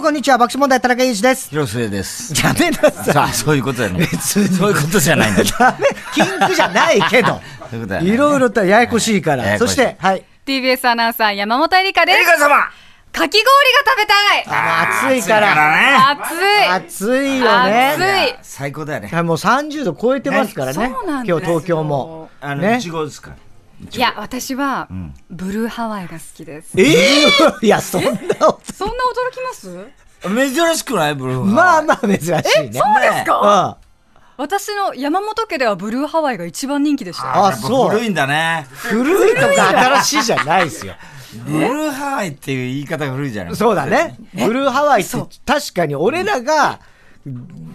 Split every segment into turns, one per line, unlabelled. こんにちは、爆笑問題、田中裕二です。
広末です。
やめなさい。
さあ、そういうことだね。
別
そう
に
いうことじ ゃないんだよ。
ダメ、キンクじゃないけど。
そういうことだね
いろいろとややこしいか
や
ら。
や
そ
こしい
して、はい。
TBS アナウンサー山本恵里香で
エリ
す。
カ様
かき氷が食べたい
あ暑いから。
ね。
暑い
暑いよね。
暑い
最高だよね。
もう30度超えてますから
ね
ね。
そう
今
な
日
んですよ
東京も。
あの、
ね
いちごですか
いや、私は、ブルーハワイが好きです。
ええいや、そんなこと、
そんな驚きます
珍しくないブルーハワイ
まあまあ珍しいね。そうです
そうですか
か
私の山本家ではブルーハワイが一番人気でしたよ。
あ
やっぱ
そう
古いんだね。
古いとか新しいじゃないですよ。
ブルーハワイっていう言い方が古いじゃない
そうだね。ブルーハワイって
そう
確かに俺らが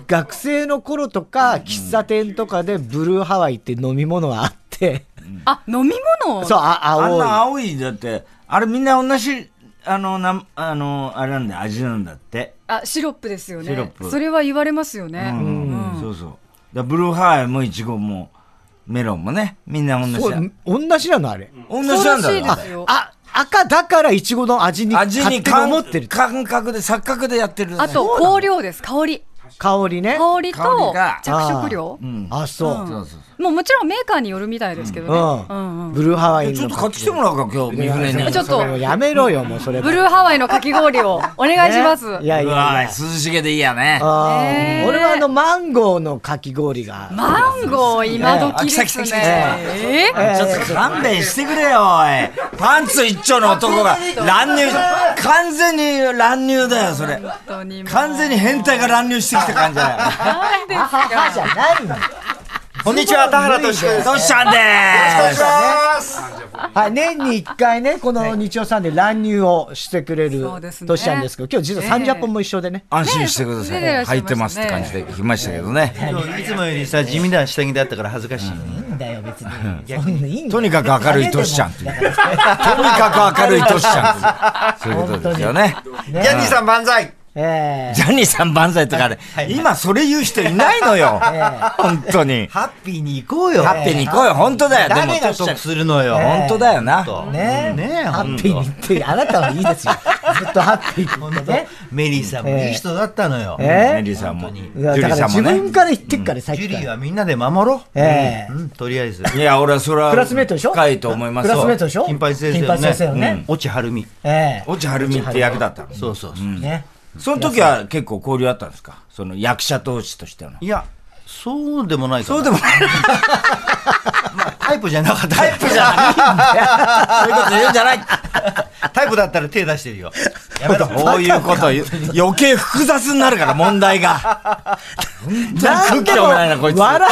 学生の頃とか喫茶店とかでブルーハワイって飲み物はあって、
あ、飲み物を
そう、あ
あんな
青い。
青い、だって、あれみんな同じ、あの、なんあの、あれなんだよ、味なんだって。
あ、シロップですよ
シロッ
ね。
プ
それは言われますよね。
うんそうそう。だからブルーハワイもイチゴも、メロンもね、みんな同じだ。
そう同じなのあれ。
同じなんだ
そう
よ
らしい。ですよ
あ、赤だからイチゴの味に
味
勝手
に
に
感
思ってる。
感覚で、錯覚でやってる。
あと、香料です。香り。
香りね。
香り
香り
と
が
着色料。
うん。
あ、そう。
そうそう
もうもちろんメーカーによるみたいですけどね。うんうん
うん。ブルーハワイ
そ
の。
う。ちょっと買ってきてもらおうか、今日、三船に。
ちょっと
それもやめろよ、もうそれも。
ブルーハワイのかき氷をお願いしま
ね
す。
いやいうや
わ
いや。
涼しげでいいやね。
あ
ね
ー
え
俺はあの、マンゴーのかき氷が。
マンゴー今時で
あ来た来
す
た
ね
来た来た。
えー
ちょっと勘弁してくれよ、おい。パンツ一丁の男が乱入、完全に乱入だよ、それ。
本当にもう
完全に変態が乱入してきた感じだよ。
なんですか。
じゃないんだよ
こんにちは、田原俊子です。トシちゃんでーす。
はい、年に一回ね、この日曜さんで乱入をしてくれる
そうですね
としちゃんですけど、今日実は30本も一緒でね。
安心してください。
ねえ
入ってますって感じで来ましたけどね。
いつもよりさ地味な下着だったから恥ずかしい、
いいんだよ、別に。そんないいんだ
と
よ
にかく明るいトシちゃんという。とにかく明るいトシちゃんという。そういうことですよね。
ヤニーさん万歳
ええ
ジャニーさん万歳とかあれ、今それ言う人いないのよ。本当に。
ハッピーに行こうよ
ハッピーに行こうよ。本当だよ。でも
誰、が得するのよ、
本当だよな。
ほんと
ね
ねえ
ハッピーに言って、あなたはいいですよ。ずっとハッピーに言ってね。
メリーさんもいい人だったのよ、
え
メリーさんも。ジ
えだ
ュリ
か
ー
ら
さんも
自分
ね。
から言ってっから、さっ
ジ
き
ュリ
か
ー
ら。
はみんなで守ろう、
ええ
うん、とりあえず
いや、俺はそれは。
クラスメートでしょ
深いと思います
ク
よ。
ラスメートでしょ
金八先生
金
よ
八
ね
先生よね。
落合晴美
え
落合晴美って役だったの。
そうそうそう、
ね。
その時は結構交流あったんですかその役者同士としての。
いやそうでもないかな
そうでもない。
タイプじゃなかったタイプ
じゃない。そういうこと言うんじゃ ない。
タイプだったら手出してるよやめろ
こういうこと言う余計複雑にな るから、問題が。
なん
空気
で
読
も
めないな、こいつ。
笑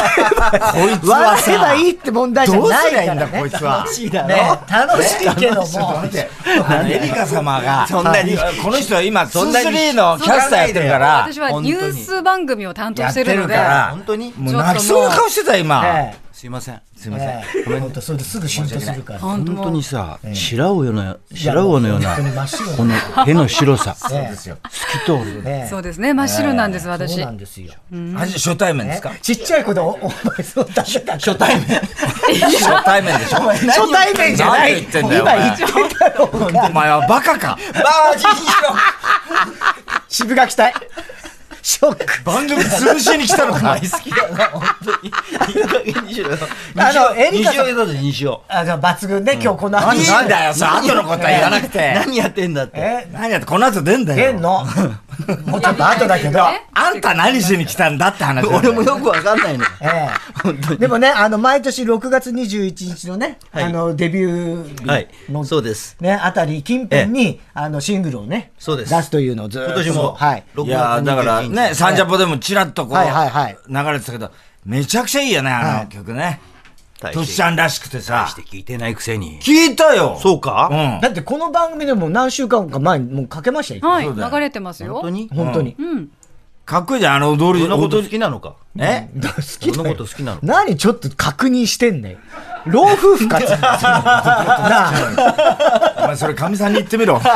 こい
え
つ
ば、
は
笑
さ
えばいいって問題じゃ
どう
な
す
い
りゃいい
か
ん
ら
だ、こ
ね
い。つは。
いいだろ楽しいけど も。
あのエリカ様が、
そんなに
あのこの人は今、
そんなに
2-3のキャスターやってるから、
私はニュース番組を担当してるので、
や
本当に
もう泣きそうな顔してた、今。
ええ
すいません
すいません。
ええ本当それですぐ浸透するから。
本当
本当
もう
にさ、白魚のよ白魚のような
本当に真っ白
この手の白さ透
ええ
き通る
ええ
そうですね真っ白なんです
そう
私
な。んですよ。
初初対面ですか
ちっちゃい子でお、お前そうダメだ。初対面。
初対面でしょ
初対面じゃない。
何言ってんだよ
今
お前
言ってたろう
お
が。
前はバカか
渋がきたい。ショック。
番組潰しに来たのか
好きだな本当にいい加減にしろよ
あ のエリカさん
西尾だぞ西尾
あの、抜群ね、今日この
何
話。
なんだよ、さ、後のことは言わなくて。
何やってんだって
え、
何やって、この後出んだ
げ
よ。
ん の。もうちょっと後だけど。
え
あんた何しに来たんだって話なんだ
俺
よ。
もよくわかんないの
ええ。でもね、あの、毎年6月21日のね、
はい
あの、デビュー
はい
の
そうです
ね、あたり近辺に、あの、シングルをね、
そうです
出すというのをずーっ
今
と。
年も
はい。
6
いやー
月
だからね、サンジャポでもちらっとこう、
はいはいはい
流れてたけど、めちゃくちゃいいよね、あ
はい
の曲ね。
大
トシちゃんらしくてさ
し。て聞いてないくせに
聞いたよ
そうか
うん。
だってこの番組でも何週間か前にもうかけましたよ。
はい
そうだよ
流れてますよ。
本当に
本当に。
かっこいいじゃん、あの踊り。
俺のこと
踊
好
り
きなのか
え
好き
俺のこと好きなの
何ちょっと確認してんねん。老夫婦かつ。なあ、
お前それ神さんに言ってみろ。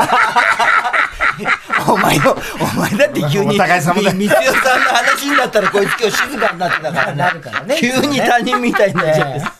お前よお前だって急に
お互い様だ
みみつよさんの話ちになったらこいつ今日静かになってたからね。
なるからね
急に他人みたいになっちゃってさ。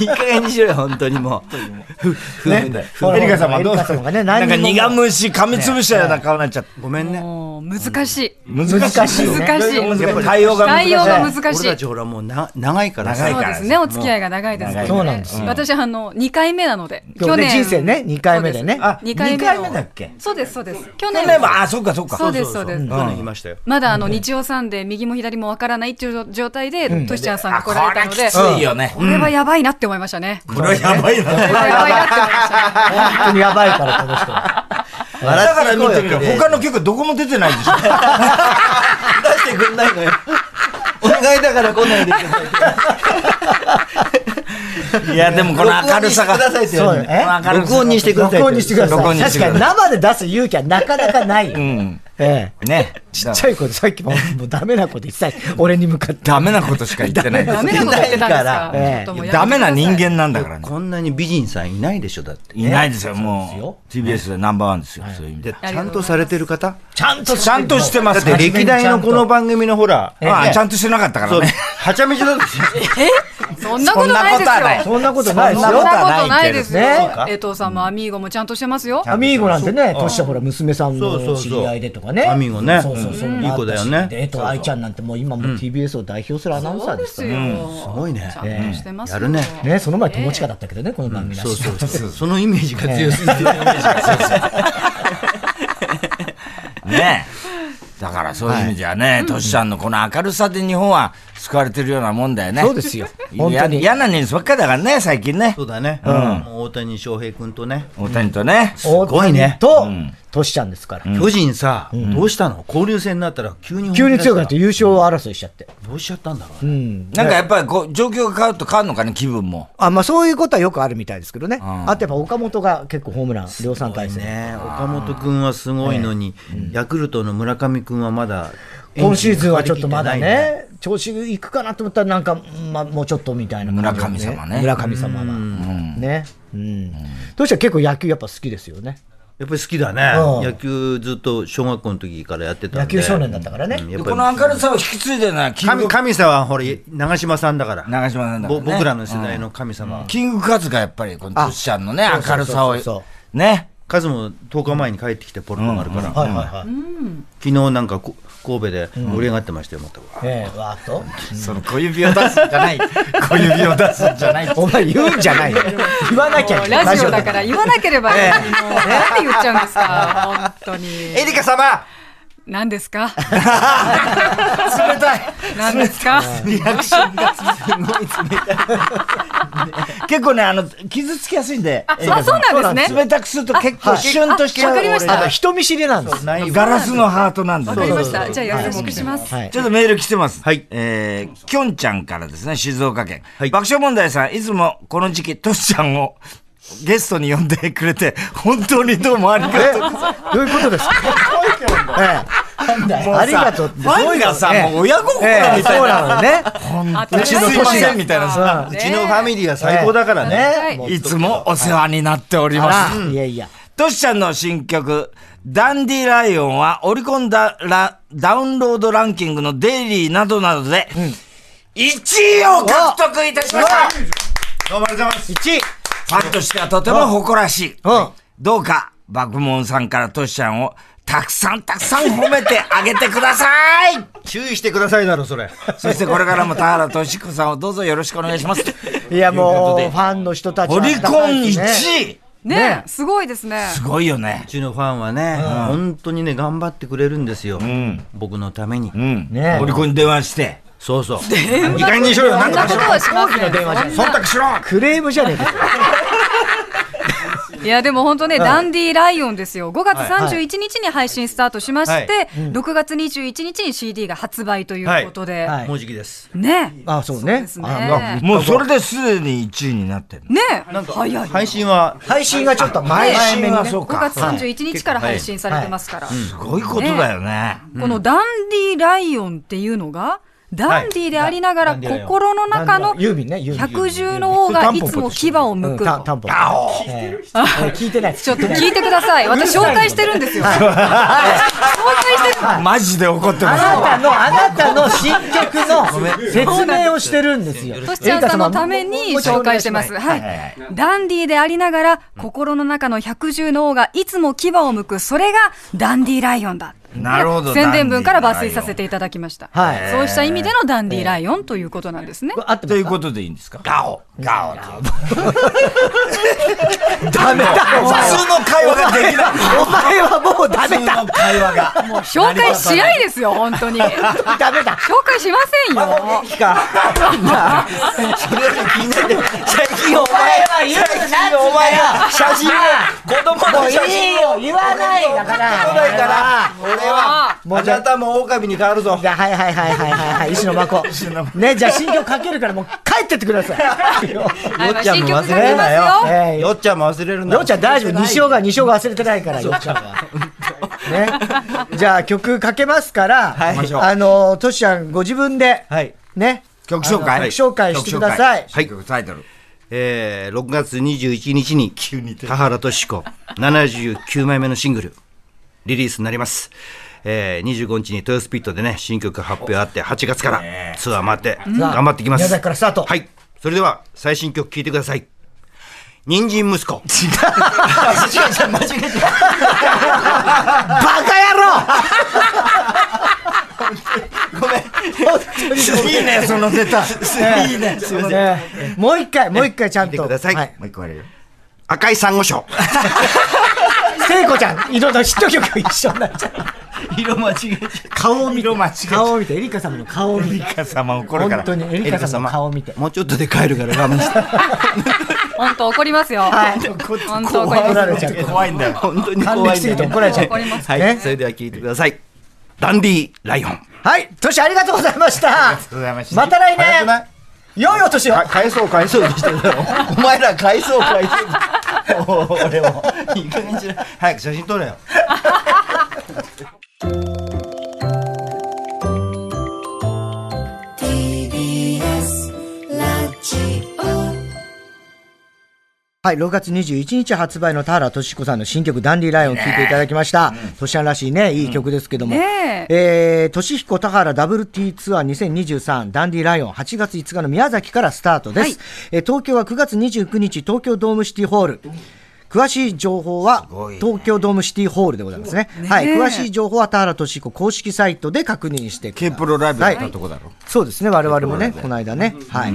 いい加減にしろよ、本当にもう。ふ、ふ、
ね
ふ、
ほら
エリカ様
エリ
どうで
カ
す
様
か
がね
なんか
何にも
苦虫噛みつぶしたような顔になっちゃって。
ごめんね。
もう難しい。
難
難しいよね
難しい。
やっぱり対応が難しい。
対応が難しい。
俺たちほらもうな長いからさ。
長い
そう
から
ですね、お付き合いが長いですからね。
もうそうなんですよ
私、あの、2回目なので、
今日ね人生ね二回目でね
あ
2回目
二
の
回目だっけ
そうです、そうです。去
去
年
年は、あ、そっかそっか。
そうです、そうです。
去年いましたよ。
まだあの日曜さんで右も左もわからないっていう状態で、トシちゃんさん
あ、
が
こ
来
れ
られた
は
の
き
で、
ついよね。
これはやばいなって思いましたね。こ
これはやばいな。
れはやばいなって思いました。
本当にやばいから、この人は。
だから見てみろ。
笑ってこうよ
他の曲どこも出てないでしょ。
出してくんないのよ。お願いだから来ないでください。
いや、でもこの明るさが。
録音にしてください
そうよ
え
って言われるの録
録音
音にしてくださいって言われる。
にしてくださ
録
い。
音にし
確
てく
かに
ださい
生で出す勇気はなかなかない。ええ。
ね。
ちっちゃい子でさっきももうダメな子で言ってた俺に向かって。
ダメなことしか言ってない。
ダメなこと言ってたんですか
ええ
ちょっともうやめてください
ダメな人間なんだからね。
こんなに美人さんいないでしょだって。
いないですよ、もう。
そ
TBS でナンバーワンですよ、そういう意味
で
で。
ちゃんとされてる方
ちゃんと、ちゃんとしてます
で歴代のこの番組のほら、
ああ
ね
ちゃんとしてなかったから
そう、
ね。
はちゃめちゃなんですよ。
そんなことないですよ。
そんなことないです
そんな
よ
そん。
ことないですよ
ね
そうか。江藤さんもアミーゴもちゃんとしてますよ。
アミーゴなんてね、年はほら娘さんの知り合いでとかね。
そうそうそうアミーゴね
そうそうそう。
うんいい子だよね
えっと、愛ちゃんなんてもう今もう TBS を代表するアナウンサ
そ
ー
う
で
ですす
から
よ。
ね。
す
ごいね
ちゃんとしてますよ。
やるね
ね、その前友近だったけどね、この番組だし
そうそうそう。そのイメージが強すぎて。
ねだからそういう意味じゃね、トシちゃんのこの明るさで日本は救われてるようなもんだよね。
そうですよ 本当
や
に
嫌なニュースばっかりだからね、最近ね
そ。うだね。もう大谷翔平君とね。
大谷とね。
すごいね。と、トシちゃんですから。
巨人さ、どうしたの交流戦になったら急に
急に強くなって
ど
優勝争いしちゃって。
うしちゃったんだろう
う
ね。
ん。
なんかやっぱりこう、状況が変わると変わるのかね、気分も。
あまあ、そういうことはよくあるみたいですけどね、
ん
あとやっぱ岡本が結構ホームラン、量産体制、
ね岡本君はすごいのに、ヤクルトの村上君はまだ
今シーズンはちょっとまだ
エンジンかかりきってない
ね、調子いくかなと思ったら、なんか、まあ、もうちょっとみたいな感じで、
村神様ね
村神様が、ね、うん、どうしたら結構野球、やっぱ好きですよね、
やっぱり好きだね、
うん
野球ずっと小学校の時からやってたんで
野球少年だったからね、
うん
で
やっ
こ
ぱ
の
り
明るさを引き継いでるのは、キン
神
グ、
神様はほら長嶋さんだから
長島さんだから、
ぼ
ね。
僕らの世代の神様、
キングカズがやっぱり、このトシちゃんのね、
あ
明るさを
そうそうそう、
ね。
カズも10日前に帰ってきてポルトガルから、
はいはいはい、
昨日なんかこ神戸で盛り上がってましたよ、また
ええわーっと、
その小指を出すんじゃない。小指を出すんじゃない。
お前、言うんじゃないよ、言わなきゃいけない、
ラジオだから言わなければいいのに、もうなんで言っちゃうんですか、本当に。
エリカ様
何ですか
冷たい。
何ですか
リアクションがすごい冷たい。結構ね、あの、傷つきやすいんで。
あそうなんですね。
冷たくすると結構シュンとしちゃ
あ
う。
わかりまし
あと
た。
人見知りなんです、
内容
ガラスのハートなんで
わ
ね
かりまし
そうそうそ
た。
う
じゃあ優しくします。
はい
ちょっとメール来てます。
はい
えー、きょんちゃんからですね、静岡県。
はい
爆笑問題さん、いつもこの時期、トシちゃんをゲストに呼んでくれて、本当にどうもありがとうございます。
どういうことですか、ええなんだよありがとうって
ファンがさ、
ええ
もう親心み
ええ
たい
そう
な。
なのね。
あ
うちの
ただ
年がみたいな
さ
うちのファミリーは最高だからね、
ね
いつもお世話になっておりま
あ
す。
ら、いやいや。
トシちゃんの新曲、ダンディライオンはオリコンダラダウンロードランキングのデイリーなどなどで、1位を獲得いたしました
どうもありがとうございます
1位。
ファンとしてはとても誇らしい。
うん
どうか、爆問さんからトシちゃんをたくさんたくさん褒めてあげてください
注意してくださいだろそれ
そしてこれからも田原俊彦さんをどうぞよろしくお願いします。
いやもう、ファンの人たち
オリコン1
位
位
ねすごいですね。
すごいよね
う。ちのファンはね、本当にね頑張ってくれるんですよ、僕のために、
うん。
ね
オリコンに電話して。
そうそういい加減にしろよ
そ
なんん
なこ
か
とはしません。
忖度しろ
クレームじゃねえか。
いやでも本当ね、ダンディライオンですよ、5月31日に配信スタートしまして、
はい
6月21日に CD が発売ということで、
はい
もうじきです
ね、
あ、そうね。
そうですね
あ
もうそれですでに1位になってる。
ね、
なんか
早い、5
配信は
配信がちょっと前
配信
めに
は
ね。
そうか。
月31日から配信されてますから、
すごいことだよね。
このダンディライオンっていうのが、ダンディでありながら、
はいダンディライオン
心の中の
ユーミンね、ユーミン。
百獣の王がいつも牙を
う
む
ん
く
た
と。
タンポポ。ええ聞いてない。
ちょっと聞いてください。私紹介してるんですよ。紹介
マジで怒って
あ
ます。
なたの、あなたの新曲の説明をしてるんですよ。
トシちゃんさんのために紹介してます。はい。
はいはい
ダンディーでありながら、心の中の百獣の王がいつも牙を向く、それがダンディーライオンだ。
なるほど
宣伝文から抜粋させていただきました。
は
はいい。そうした意味でのダンディーライオンということなんですね。
あって
と
ま
い
す
う
か
ことでいいんですかガオガオ
ダメだお前
普通の会話ができない。
お前はもうダメだ
普通の会話が。
もう紹介しないですよ、本当に。紹
ダメだ
介しませんよ。
それより気になって最近お前は言うなお 前は写真を子供の写真を
言わないだか
撮らないから俺はあなたも狼に変わるぞ
じゃあはいはいはいはいはいはい石の箱ねじゃあ新曲かけるからもう帰ってってくださいよ
はいまあ
よっちゃん
新曲
も
か
忘
け
れ
る
ま
な
す
よ
よ。
え
よっちゃんも忘れる
ー
な
よっちゃん大丈夫西尾が西尾が忘れてないからよっちゃんはねじゃあ曲かけますから
はい
あのトシちゃんご自分で
はい
ね
曲紹介
あの曲紹介してください
曲紹介新曲タイトル。
えー、6月21日に田原俊子79枚目のシングルリリースになります、えー、25日に豊洲ピットでね新曲発表あって8月からツアー回って頑張ってきます
宮崎からスタート
はいそれでは最新曲聴いてください人参息子
バカ野
いいね、 そのネタ。いいね。
郎ねもう一回もう一回ちゃん
見て
と
ください
はい
もう一個あれよ。
赤い珊瑚礁
聖子ちゃん色のヒット曲一緒になっちゃう
色間違え顔を見ろ間違えちゃう。
顔を見てエリカ様の顔を見て
エリカ様怒るから。
本当にエリカ様の顔を見て
もうちょっとで帰るから我慢して
本当怒りますよ。
はい
本当怒り
怒ら
ま
れちゃう
怖いんだよ。
本当に
還
怖
暦
い
すぎ
ん
て
だよ
怒られ
す。
ちゃう
怒ります。
はい、
ね
それでは聴いてくださいダンディライオン
はい、トシありがとうございました。
ありがとうございました
また来
早くない
年。良いお年を。
か返そう返そうとしてるだろ お前ら返そう返 そうもう俺もいい加減にしろ
早く写真撮れよ。
TBS ラジオ
はい、6月21日発売の田原俊彦さんの新曲ダンディライオン聴いていただきました。トシちゃんらしいね、いい曲ですけども。
ね
えー、俊彦田原 WT ツアー2023ダンディライオン8月5日の宮崎からスタートです。
はい
えー東京は9月29日東京ドームシティホール。詳しい情報は東京ドームシティホールでございますね。はい、詳しい情報は田原俊彦公式サイトで確認してください。
K プロライブだったとこだろ。
そうですね、我々もね、この間ね。はい。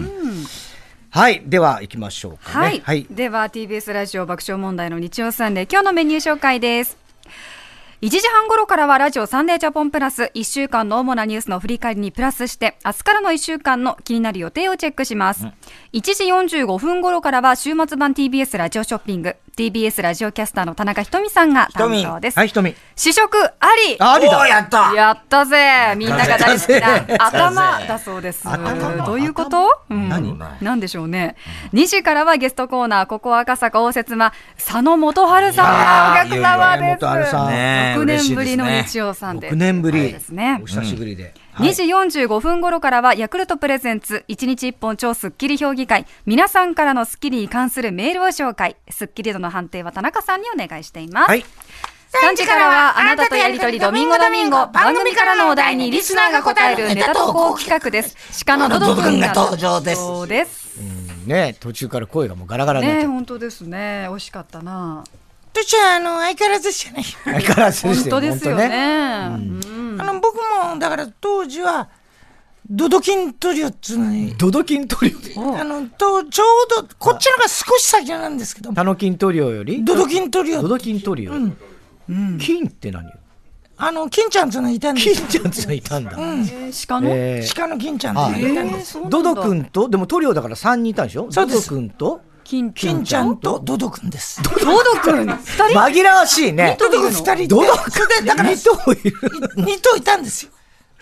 はい、では行きましょうか
は
ね。
い、では TBS ラジオ爆笑問題の日曜サンデー今日のメニュー紹介です1時半頃からはラジオサンデージャポンプラス1週間の主なニュースの振り返りにプラスして明日からの1週間の気になる予定をチェックします1時45分頃からは週末版 TBS ラジオショッピング TBS ラジオキャスターの田中ひとみさんが担当です、
はい、ひとみ。
試食あり
あ
お
り
ー
だ。
やった
やったぜみんなが大好き
やっ
な頭だそうです。どういうこと、うん、何なんでしょうね。2時からはゲストコーナー、ここ赤坂応接間、佐野元春さんがお客様です。
いやー元春さん
ねえ
6年ぶりの
嬉しいですね
日曜さんで
6年ぶり
ですね
お。久しぶりで。はい
2時45分頃からはヤクルトプレゼンツ1日1本超スッキリ評議会皆さんからのスッキリに関するメールを紹介スッキリ度の判定は田中さんにお願いしています、
はい
3時からはあなたとやりとりドミンゴドミンゴ番組からのお題にリスナーが答えるネタ投稿企画です鹿のドド君が登場ですそうです
ね、途中から声がもうガラガラになっ
ね
ちゃう。
本当ですね惜しかったな
トシはあの相変わらずじゃない。
相変わらずで
本
すよ
当ですよね。
あの僕もだから当時はドドキントリオっつうのに、
ドドキントリオで。
あのとちょうどこっちのが少し先なんですけど、
タノキントリオより
ドドキントリ
ド
オ、
ドキントリオ。金って何よ
あの金ちゃんっつうのいたんで
金
す。
ちゃんってのいたんだ。
えー鹿の、
えー
鹿の金ちゃんっていうのいたんです。
ドド君と、でもトリオだから3人いたんでしょ
そうです
ドド君と、
金ちゃん
金ちゃんとドド君です。
ドド君2人
紛らわしいね。
ドド君二人で、
ドド
それでだから
君といる。
二頭いたんですよ。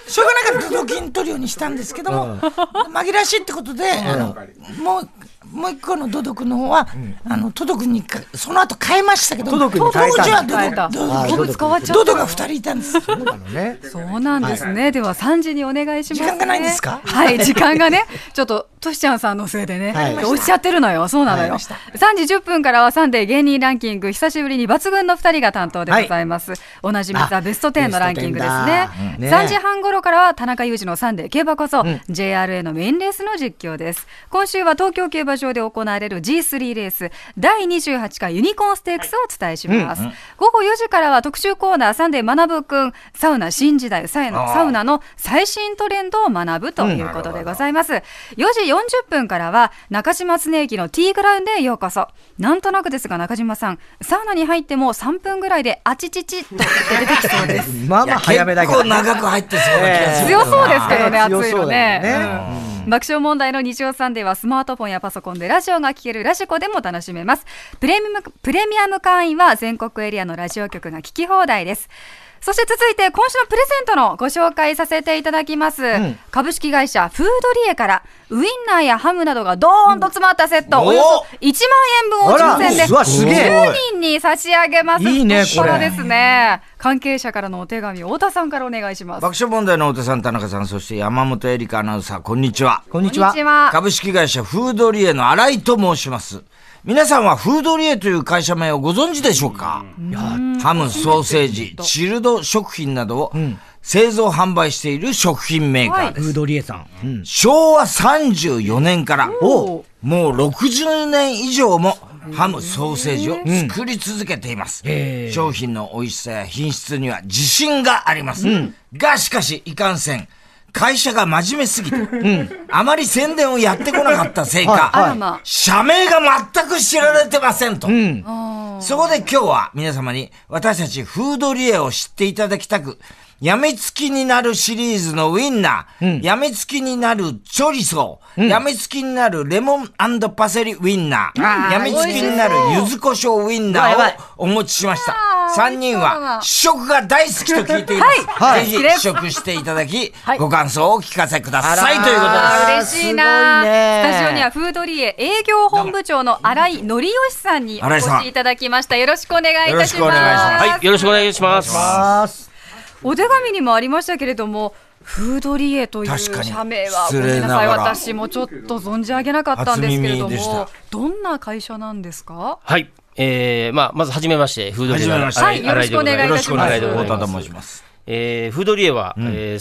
しょうがなかったドドキントリオにしたんですけども、紛らわしいってことで、あのもう、もう一個のドド君の方は、あの、トド君にか、その後変えましたけど、
トド君に変えた
当時は
変えた
ドドド
あド
ド
ド
僕使わっちゃった
ドドが二人いたんです。
あのね。
そうなんですね。では3時にお願いします、ね。
時間がないんですか
はい、時間がね、ちょっとトシちゃんさんのせいでね、
はい
っておっしゃってるのよ、そうなのよ。
わかりました
3時10分からはサンデー芸人ランキング、久しぶりに抜群の2人が担当でございます。おなじみ
あ
ザ・ベスト10のランキングですね。
ベスト10だうん
3時半頃からは田中裕二のサンデー競馬こそ、JRA のメインレースの実況です。今週は東京競馬場で行われる G3 レース第28回ユニコーンステークスをお伝えします。午後4時からは特集コーナーサンデー学ぶくん、サウナ新時代サウナサウナの最新トレンドを学ぶということでございます。4時40分からは中島恒之のティーグラウンドへようこそ。なんとなくですが中島さん、サウナに入っても3分ぐらいであちちちっと言って出てきそうです。
まあまあ早めだけど。
結構長く入ってそうな気がする。
強そうですけどね、
えー
暑いのね。
強そうだよ
うん爆笑問題の日曜サンデーはスマートフォンやパソコンでラジオが聴けるラジコでも楽しめますプレミアムプレミアム会員は全国エリアのラジオ局が聞き放題ですそして続いて今週のプレゼントのご紹介させていただきます、株式会社フードリエからウインナーやハムなどがドーンと詰まったセット、およそ1万円分を抽選で
あらうわすげえ
10人に差し上げます
いいね
太っ腹ですね関係者からのお手紙太田さんからお願いします
爆笑問題の太田さん、田中さん、そして山本エリカアナウンサー、こんにちは。
こんにちは。
株式会社フードリエの新井と申します。皆さんはフードリエという会社名をご存知でしょうかハム、ソーセージ、チルド食品などを製造販売している食品メーカーです。
フードリエさん。うん
昭和34年から、
お
もう60年以上もハム、ソーセージを作り続けています。
へー
商品の美味しさや品質には自信があります。が、しかし、いかんせん。会社が真面目すぎて、あまり宣伝をやってこなかったせいか、
はい
あらま
社名が全く知られてませんと。そこで今日は皆様に私たちフードリエを知っていただきたく、やみつきになるシリーズのウインナー、やみつきになるチョリソー、やみつきになるレモンパセリウインナー、やみつきになる柚子胡椒ウインナーをお持ちしました。3人は試食が大好きと聞いています。
はい
ぜひ試食していただき、ご感想をお聞かせくださいということです。
あー嬉しいな
すごいね
スタジオにはフードリエ営業本部長の新井則義さんにお
新井
越
さん
しいただきましたよろしくお願いいたし
よろし
ます
くお願いします
はい、よろしくお願いします。
あーす
お手紙にもありましたけれどもフードリエという
確かに
社名はご
失
め
礼
んな
な
さ
が
い
ら
私もちょっと存じ上げなかったんですけれど
初耳でした
もどんな会社なんですか
はい。えー、まあ、まずはじめまして、フードリ
はじ
エ
め
の
まして
新
はいよろしくお願いいたします
新井でご
よ
ざ
は
ろしくお願
い
いたしま
太
す
田と申します。
えー、フードリエは、えー、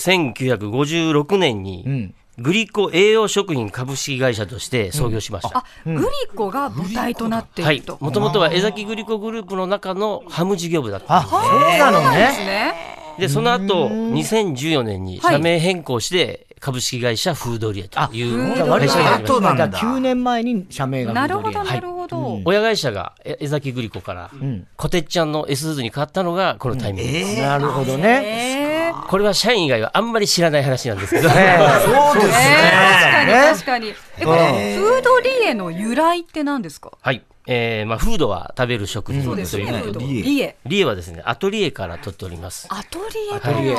1956年に、グリコ栄養食品株式会社として創業しました。
あ、グリコが母体となってい
は
る
い
と、。
もともとは江崎グリコグループの中のハム事業部だった
あ、
ん
そうなの
です
ね。
ね
で、その後、2014年に社名変更して、株式会社フードリエという
じゃあ割
会社
と
になりまし
後なんだ
だから9年前に社名がフ
な
ー
る
ド
ほ
リエ
ど。なるほど、
た。親会社がえ江崎グリコから、コテッちゃんの S ーズに変わったのがこのタイミングです。
なるほどね。
えー
これは社員以外はあんまり知らない話なんですけど、
そうです
えー、
ね
確かに確かにえこれフードリエの由来って何ですか
はい。えー、まあ、フードは食べる食
そう
品
です
とい
ね
う
フ
こ
ー
と
ド
で、
リエ
リエはですね、アトリエから取っております。
アトリエから言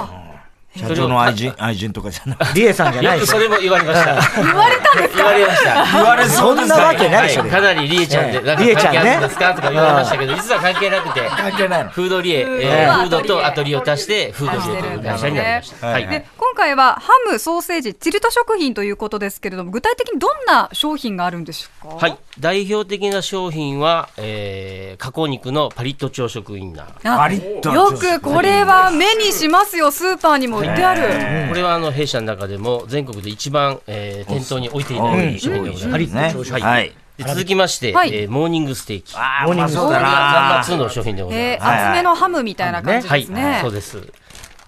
社長の愛人、愛人とかじゃなくて。
リエさんじゃ
よ
ない
く
し
そ。れも言われました。
われたんですか
言われました。
言われ
そんなわけないでしょ
は。かなりリエちゃんで、
ええ
なんか
リエちゃ
関
ん
係
ね
あるんですかとか言われましたけど、実は関係なくて、
関係ないの。
フードリエ、え
え
ー、フードとアトリエを足して、フードリエという会社になりました。は。
はい
で今回はハム、ソーセージ、チルト食品ということですけれども、具体的にどんな商品があるんでしょうか。
はい、代表的な商品は、えー、加工肉のパリッと朝食インナー。
あ
パリッと
よくこれは目にしますよ、スーパーにも置いてある。
これはあの弊社の中でも全国で一番、えー、店頭に置いていない商品でございます。
ハリ
ね
ッと。
はい。
で続きまして、
はい
えーモーニングステーキ。
ああ、うまそう
モーニング
だ
ナンバ
な
ー2の商品でござい
え
ま
はい
ー、厚めのハムみたいな感じ
す。は
で
い、
すね
そう。です。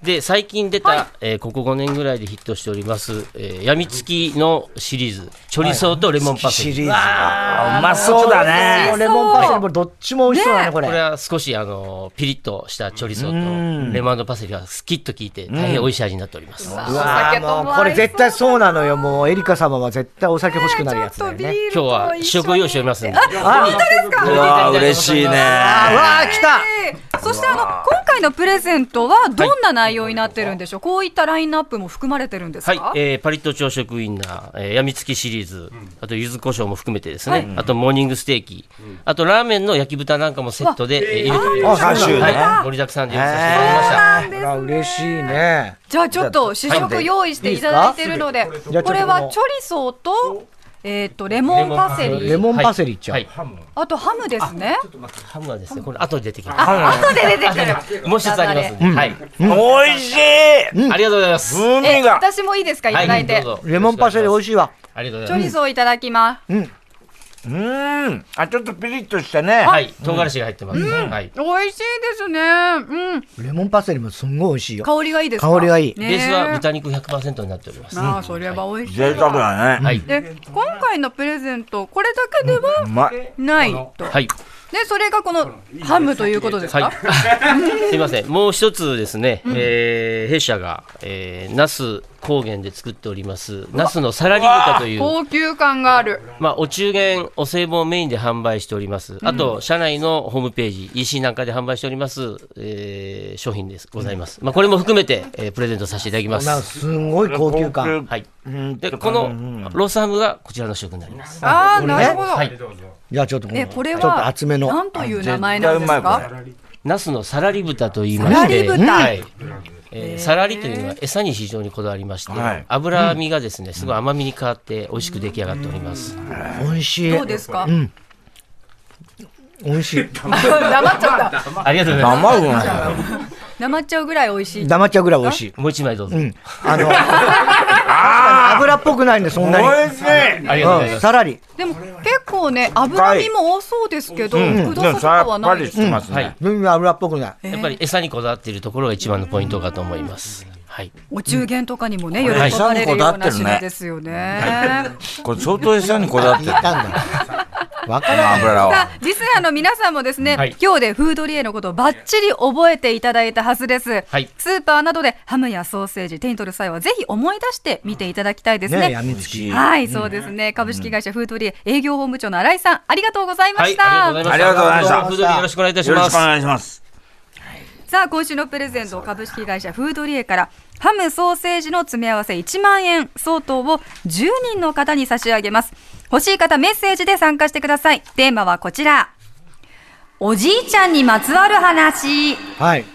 で、最近出た、
はい
えーここ5年ぐらいでヒットしております、えー、やみつきのシリーズ、チョリソーとレモンパセ
シ
リ。
リーズ。あーうまそうだ
美味し
ね。
レモンパセリもどっちも美味しそうだね、こ
これ
れ。
は少しあのピリッとしたチョリソーとレモンパセリがスキッと効いて大変美味しい味になっております。
わ
今
あ
うわーもうこれ絶対そうなのよ。もうエリカ様は絶対お酒欲しくなるやつ
ちょ
だ
っ
よ
とビ
ね。
ール
日は試食を用意しておりますので。
あ
うわー嬉しいね。
あ、うわー来た
とそしてあの今回のプレゼントはどんな内容になってるんでしょう、こういったラインナップも含まれてるんですか、
はい、えーパリッと朝食ウインナー、えー、やみつきシリーズ、あと柚子胡椒も含めてですね、あとモーニングステーキ、あとラーメンの焼き豚なんかもセットで、えー、入れております。
あーそうなんだ
はい、盛りだくさんで用意させていただきました。
あら、嬉しいね。
じゃあちょっと試食用意していただいてるの
じゃ
で、
あちょっと
これはチョリソーとえっ、とレモンパセリ
レモンパセリいっちゃう
はいはい
あとハムですね
ハムはですね、これ後で出てきま
あ後で出てくる
す。もう一つありますんで。はい。
美味しい
ありがとうございます。
風
え
味が。
私もいいですかいただ
はい
て、
どうぞ
レモンパセリ美味しいわ
ありがとう
チ
ご
ョ
ざい
リ
ます。
ソーいただきます、
うん。あ、ちょっとピリッとしたね。
はい。唐辛子が入ってます。はい。
美味しいですねうん
レモンパセリもすんごい美味しいよ
香りがいいですか
香りがいい
ベ
ねえ
ースは豚肉100%になっております。
ああそれは美味しい
贅沢
わ
だね。
はい。
で今回のプレゼントこれだけで
う
は
まい。
ないと
はい。
でそれがこのハムということですか
はい。すいません。もう一つですね、えー弊社が、えー、那須高原で作っております、那須のサラリ豚という、
高級感がある
まあ、お中元、お歳暮をメインで販売しております。あと、社内のホームページ、EC なんかで販売しております、えー商品です、ございます。まあ、これも含めて、えープレゼントさせていただきま
なんか
す。
すんごい高級感
はい。で、このロースハムがこちらの食になります。
ああなるほど、
はい。
じゃあちょっとこの
えこれ
ちょっと
は
厚めの
なんという名前なんですか
ナスのサラリ豚と言いまして、
サラリ豚
はいえーサラリというのは餌に非常にこだわりまして、
はい
脂身がですね、すごい甘みに変わって美味しく出来上がっております。
美味しい
どうですか、
美味しい
黙っちゃった
ありがとうございま
甘うまい。
黙っちゃうぐらい美味しい
黙っちゃうぐらい美味しい
す。もう一枚どうぞ。
あの油っぽくないんでそんなに
美味しい。
ありがとうござい
うん
ます。
さらに
でも結構ね脂身も多そうですけど、
うん
くどさとかはないです
てます
はい。
全然油っぽくない
やっぱり餌にこだわっているところが一番のポイントかと思います。はい。
お中元とかにもね、喜
はい
ばれるよ
餌
うな
にこだわってる
品
ね
ですよね。
これ相当餌にこだわってる。
なんだわからない
油
さ
は
あ。実はあの皆さんもですね、
はい
今日でフードリエのことをバッチリ覚えていただいたはずです、
はい
スーパーなどでハムやソーセージ手に取る際はぜひ思い出して見ていただきたいです
ね
ね
やみつき
はいそうですね、株式会社フードリエ営業本部長の新井さんありがとうございま
はい。あり
した、
がとうございました。
ありがとうございました
フードリーよろしくお願いいたし
よろ
ま
しく
す
お。願いします。
さあ今週のプレゼント株式会社フードリエからハムソーセージの詰め合わせ1万円相当を10人の方に差し上げます欲しい方メッセージで参加してくださいテーマはこちらおじいちゃんにまつわる話
はい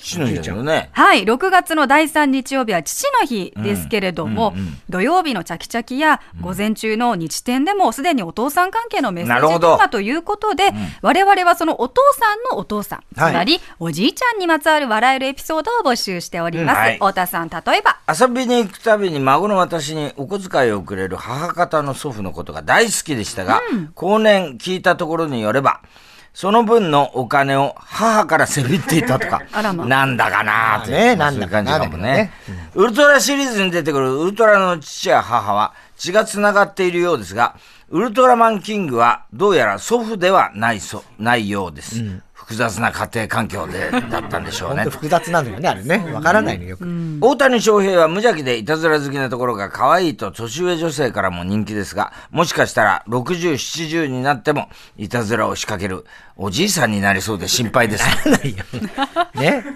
父の日だよね。
はい、6月の第3日曜日は父の日ですけれども、土曜日のチャキチャキや午前中の日展でもすでにお父さん関係のメッセ
なる
ー
ほ
ジ
ど
とかということで、我々はそのお父さんのお父さん、つ
はい
まりおじいちゃんにまつわる笑えるエピソードを募集しております。
うんはい
太田さん、例えば、
遊びに行くたびに孫の私にお小遣いをくれる母方の祖父のことが大好きでしたが、後年聞いたところによれば、その分のお金を母からせびっていたとか
あら、ま
なんだかなーという、
ね
ま
なん
あそうい
だか
う感じ
な
かもね。ウルトラシリーズに出てくるウルトラの父や母は血が繋がっているようですが、ウルトラマンキングはどうやら祖父ではないそ、ないようです。複雑な家庭環境で、だったんでしょう
本
ね
当。複雑なんだよねあれねわからないのよく
大谷翔平は無邪気でいたずら好きなところが可愛いと年上女性からも人気ですが、もしかしたら60、70になってもいたずらを仕掛けるおじいさんになりそうで心配です。
ね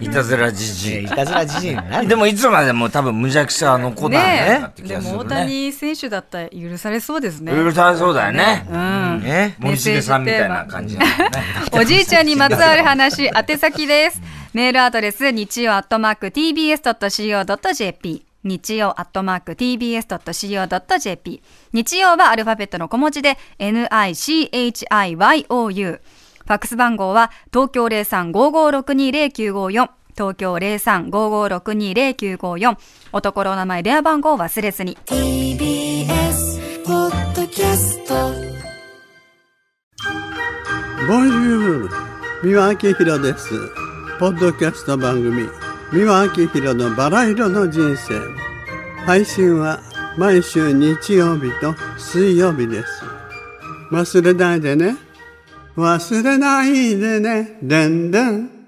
いたずらじ
いやい
じ
たずらじじいになる
い。でもいつまでも多分無邪気さは残るんだな
ね
っ
え、
て気
で
がする
も
ね。
大谷選手だったら許されそうですね。
うるさそうだよね。
うん
ね
森重さんみたいな感じなんだね。
おじいちゃんにまつわる話、宛先です。メールアドレス、日曜アットマーク tbs.co.jp。日曜アットマーク tbs.co.jp。日曜はアルファベットの小文字で、nichiou。ファックス番号は、東京0355620954。東京0355620954。男の名前、電話番号を忘れずに。
TBS ポッドキャスト
ボンジュール三輪明宏ですポッドキャスト番組三輪明宏のバラ色の人生配信は毎週日曜日と水曜日です忘れないでね忘れないでねでんでん